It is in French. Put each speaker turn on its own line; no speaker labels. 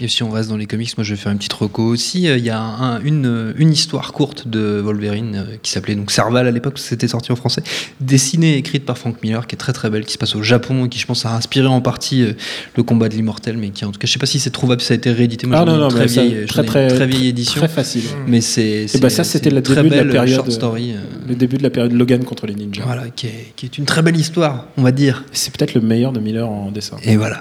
Et si on reste dans les comics, moi je vais faire une petite reco aussi. Euh, Il y a un- une, une histoire courte de Wolverine euh, qui s'appelait donc Serval à l'époque, parce que c'était sorti en français, dessinée et écrite par Frank Miller, qui est très très belle, qui se passe au Japon, et qui je pense a inspiré en partie euh, le combat de l'immortel, mais qui en tout cas, je sais pas si c'est trouvable, si ça a été réédité. Moi
Ah
j'en ai une
non, non,
très
mais ça-
vieille, j'en ai
très,
une
très,
très vieille édition.
Très facile.
Mais c'est c'est-
ben ça,
c'est
c'était
une
le
très
début de la
belle
période,
short story. euh,
Le début de la période Logan contre les ninjas.
Voilà, qui est, qui est une très belle histoire, on va dire.
C'est peut-être le meilleur de Miller en dessin.
Et voilà.